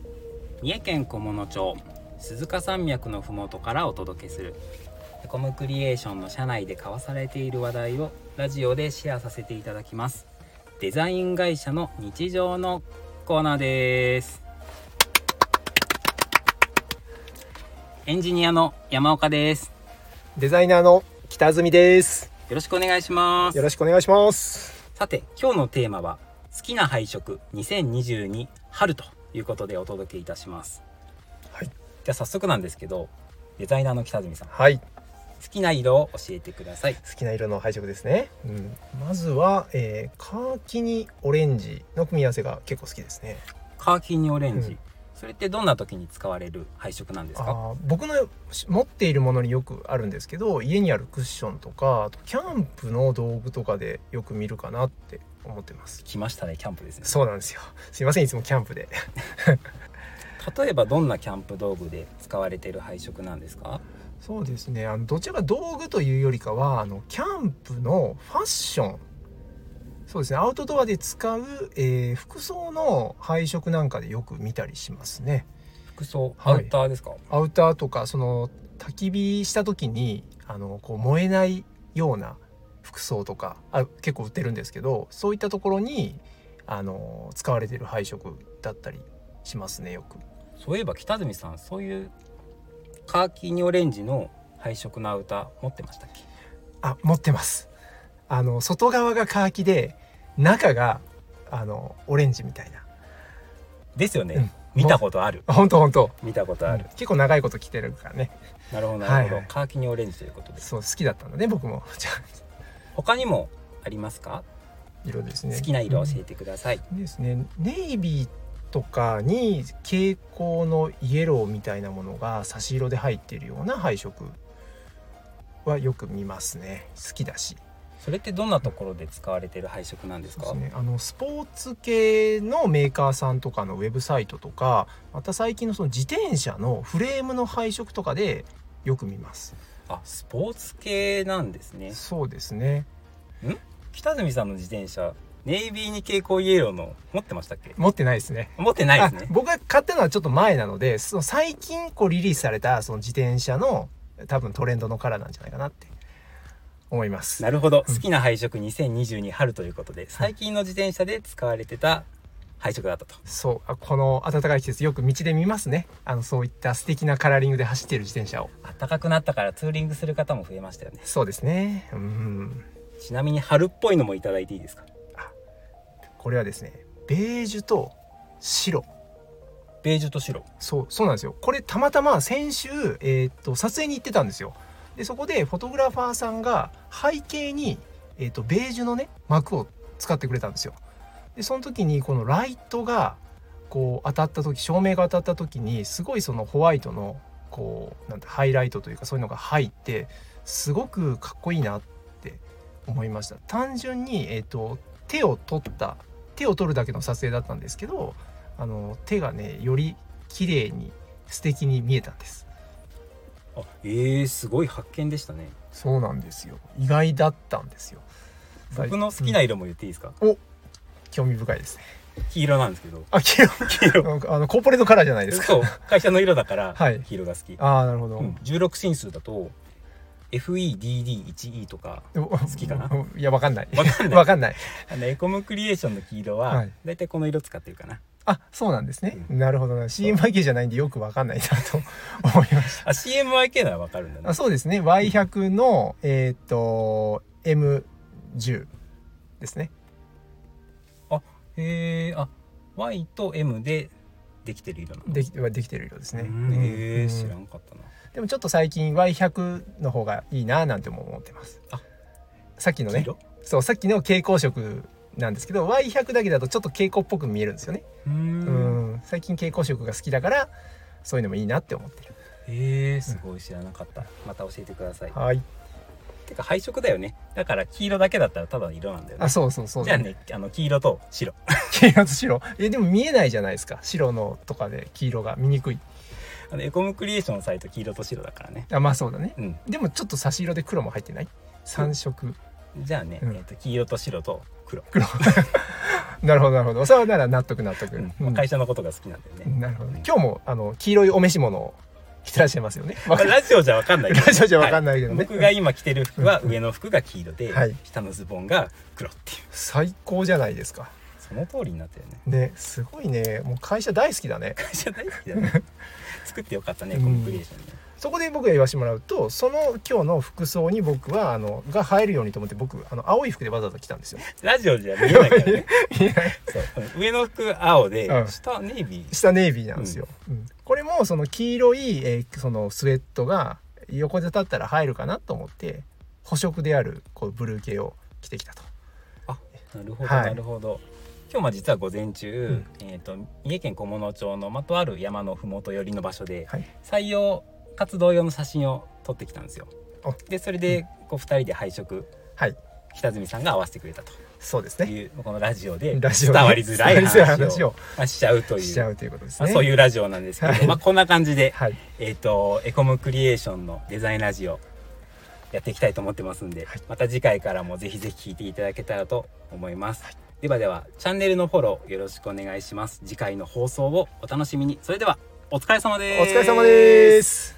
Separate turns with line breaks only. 三重県菰野町鈴鹿山脈のふもとからお届けするエコムクリエーションの社内で交わされている話題をラジオでシェアさせていただきますデザイン会社の日常のコーナーですエンジニアの山岡です
デザイナーの北住です。
よろしくお願いします
よろしくお願いします。
さて今日のテーマは好きな配色2022春ということでお届けいたします
はい。
じゃあ早速なんですけどデザイナーの北住さん好
はい。
きな色を教えてください
好きな色の配色ですね。うん、まずは、えー、カーキにオレンジの組み合わせが結構好きですね。
カーキにオレンジ、
うん
それってどんな時に使われる配色なんですか
あー僕のし持っているものによくあるんですけど、家にあるクッションとか、あとキャンプの道具とかでよく見るかなって思ってます。
来ましたねキャンプですね
そうなんですよ。すいません、いつもキャンプで。
例えばどんなキャンプ道具で使われている配色なんですか
そうですね。あのどちらか道具というよりかは、あのキャンプのファッション。そうですね。アウトドアで使う、えー服装の配色なんかでよく見たりしますね。
服装ア
はい
ウターですか、
アウターとかその焚き火した時にあのこう燃えないような服装とかあ結構売ってるんですけど、そういったところにあの使われている配色だったりしますね。よく。
そういえば北住さんそういうカーキにオレンジの配色のアウター持ってましたっけ
あ持ってますあの外側がカーキで中があのオレンジみたいな
ですよね、
うん
見たことある
あ本当本当
見たことある、
結構長いこと着てるからね
なるほどなるほど、
はいはい
カーキにオレンジということです
そう好きだったのね僕もじゃあ
他にもありますか、
色ですね
好きな色を教
うん
えてください、
ですねネイビーとかに蛍光のイエローみたいなものが差し色で入っているような配色はよく見ますね好きだし
それってどんなところで使われている配色なんです
そう
か
ですね、あのスポーツ系のメーカーさんとかのウェブサイトとかまた最近のその自転車のフレームの配色とかでよく見ます
あスポーツ系なんですね
そうですね
北住さんの自転車ネイビーに蛍光イエローの持ってましたっけ
持ってないですね
持ってないです
あ
ね
僕が買ったのはちょっと前なのでその最近こうリリースされたその自転車の多分トレンドのカラーなんじゃないかなって思います
なるほど
う
好
ん
きな配色2022春ということで最近の自転車で使われてた配色だったと
そうあこの暖かい季節よく道で見ますねあのそういった素敵なカラーリングで走っている自転車を
暖かくなったからツーリングする方も増えましたよね
そうですねうん
ちなみに春っぽいのもいただいていいですか
これはですねベージュと白
ベージュと白
そうそうなんですよこれたまたま先週、えーっと撮影に行ってたんですよでそこでフォトグラファーさんが背景に、えーっとベージュのね膜を使ってくれたんですよでその時にこのライトがこう当たった時照明が当たった時にすごいそのホワイトのこうなんてハイライトというかそういうのが入ってすごくかっこいいなって思いました単純に、えーっと手を取った手を取るだけの撮影だったんですけどあの手がねより綺麗に素敵に見えたんです
あえー、すごい発見でしたね
そうなんですよ意外だったんですよ
僕の好きな
うん
色も言っていいですか、
興味深いですね
黄色なんですけど
あ 黄色
黄色
なんかあのコーポレートカラーじゃないですか
そう会社の色だから
はい
黄色が好き、
ああなるほど、
うん、16進数だと FEDD1E とか
でも好
きかない
やわかん ない
わかんない
わかんない
あのエコムクリエーションの黄色
は
はいだいたいこの色使ってるかな、
あそうなんですね、
う
なるほどな CM 背景じゃないんでよくわかんないなと思いまし
あ CMYK ならわかるんだ
たあ
な
そうですね Y100 のえーっと M10 ですね
へえあ Y と M でできてる色なの
できできてる色ですね
うんへ
う
え
ん
知らんかったな
でもちょっと最近 Y100 の方がいいななんても思ってます。
あ
さっきの
黄
ね
色
そうさっきの蛍光色なんですけど Y100 だけだとちょっと蛍光っぽく見えるんですよね。
うー
うんん最近蛍光色が好きだからそういうのもいいなって思ってる。
へえすごい知らなかったまた教えてください
はい。
てか配色だよねだから黄色だけだったらただの色なんだよね
あそうそうそう。
じゃあ。ねあの黄色と白
黄色と白。えでも見えないじゃないですか。白のとかで黄色が見にくい。
あのエコムクリエーションのサイト黄色と白だからね
あまあそうだね。
うん
でもちょっと差し色で黒も入ってない。三色
じゃあね、
うん
えっと黄色と白と黒
黒。なるほどなるほどそれはなら納得納得、うん
会社のことが好きなんだよね、
なるほど今日もあの黄色いお召し物を着てらっしゃいますよね
ま
わ
あ
か
ラジオじゃわかんないけど
ラジオじゃわかんないけどね
は僕が今着てる服は上の服が黄色で、
はい
下のズボンが黒っていう
最高じゃないですか
その通りになったよ ね
ねすごいねもう会社大好きだね
会社大好きだね作ってよかったねコンプリエーションね、
そこで僕が言わせてもらうとその今日の服装に僕はあのが入るようにと思って僕あの青い服でわざわざ着たんですよ
ラジオじゃ見えないから ね
いや
そううん上の服青で、
うん
下ネイビー
下ネイビーなんですよ、うんこれもその黄色い、えーそのスウェットが横で立ったら入るかなと思って補色であるこうブルー系を着てきたと
あなるほど、
はい
なるほど今日も実は午前中、えっ、と三重県菰野町のまあとある山のふもと寄りの場所で
はい
採用活動用の写真を撮ってきたんですよ
あ
でそれでこう2人で配色
はい
北角さんが合わせてくれたと
そうですね
いうこのラジオで伝
ラジオで
わりづらい
伝わりづら
話
い話
を
を
まあしちゃうと
し
い
ちゃ
う
うということです
まあ
ね、
そういうラジオなんですけど、
はい
まあこんな感じで、
はい
えっ、とエコムクリエーションのデザインラジオやっていきたいと思ってますんで、
はい
また次回からもぜひぜひ聞いていただけたらと思います、ではではチャンネルのフォローよろしくお願いします次回の放送をお楽しみにそれではお疲れ様です
お疲れ様です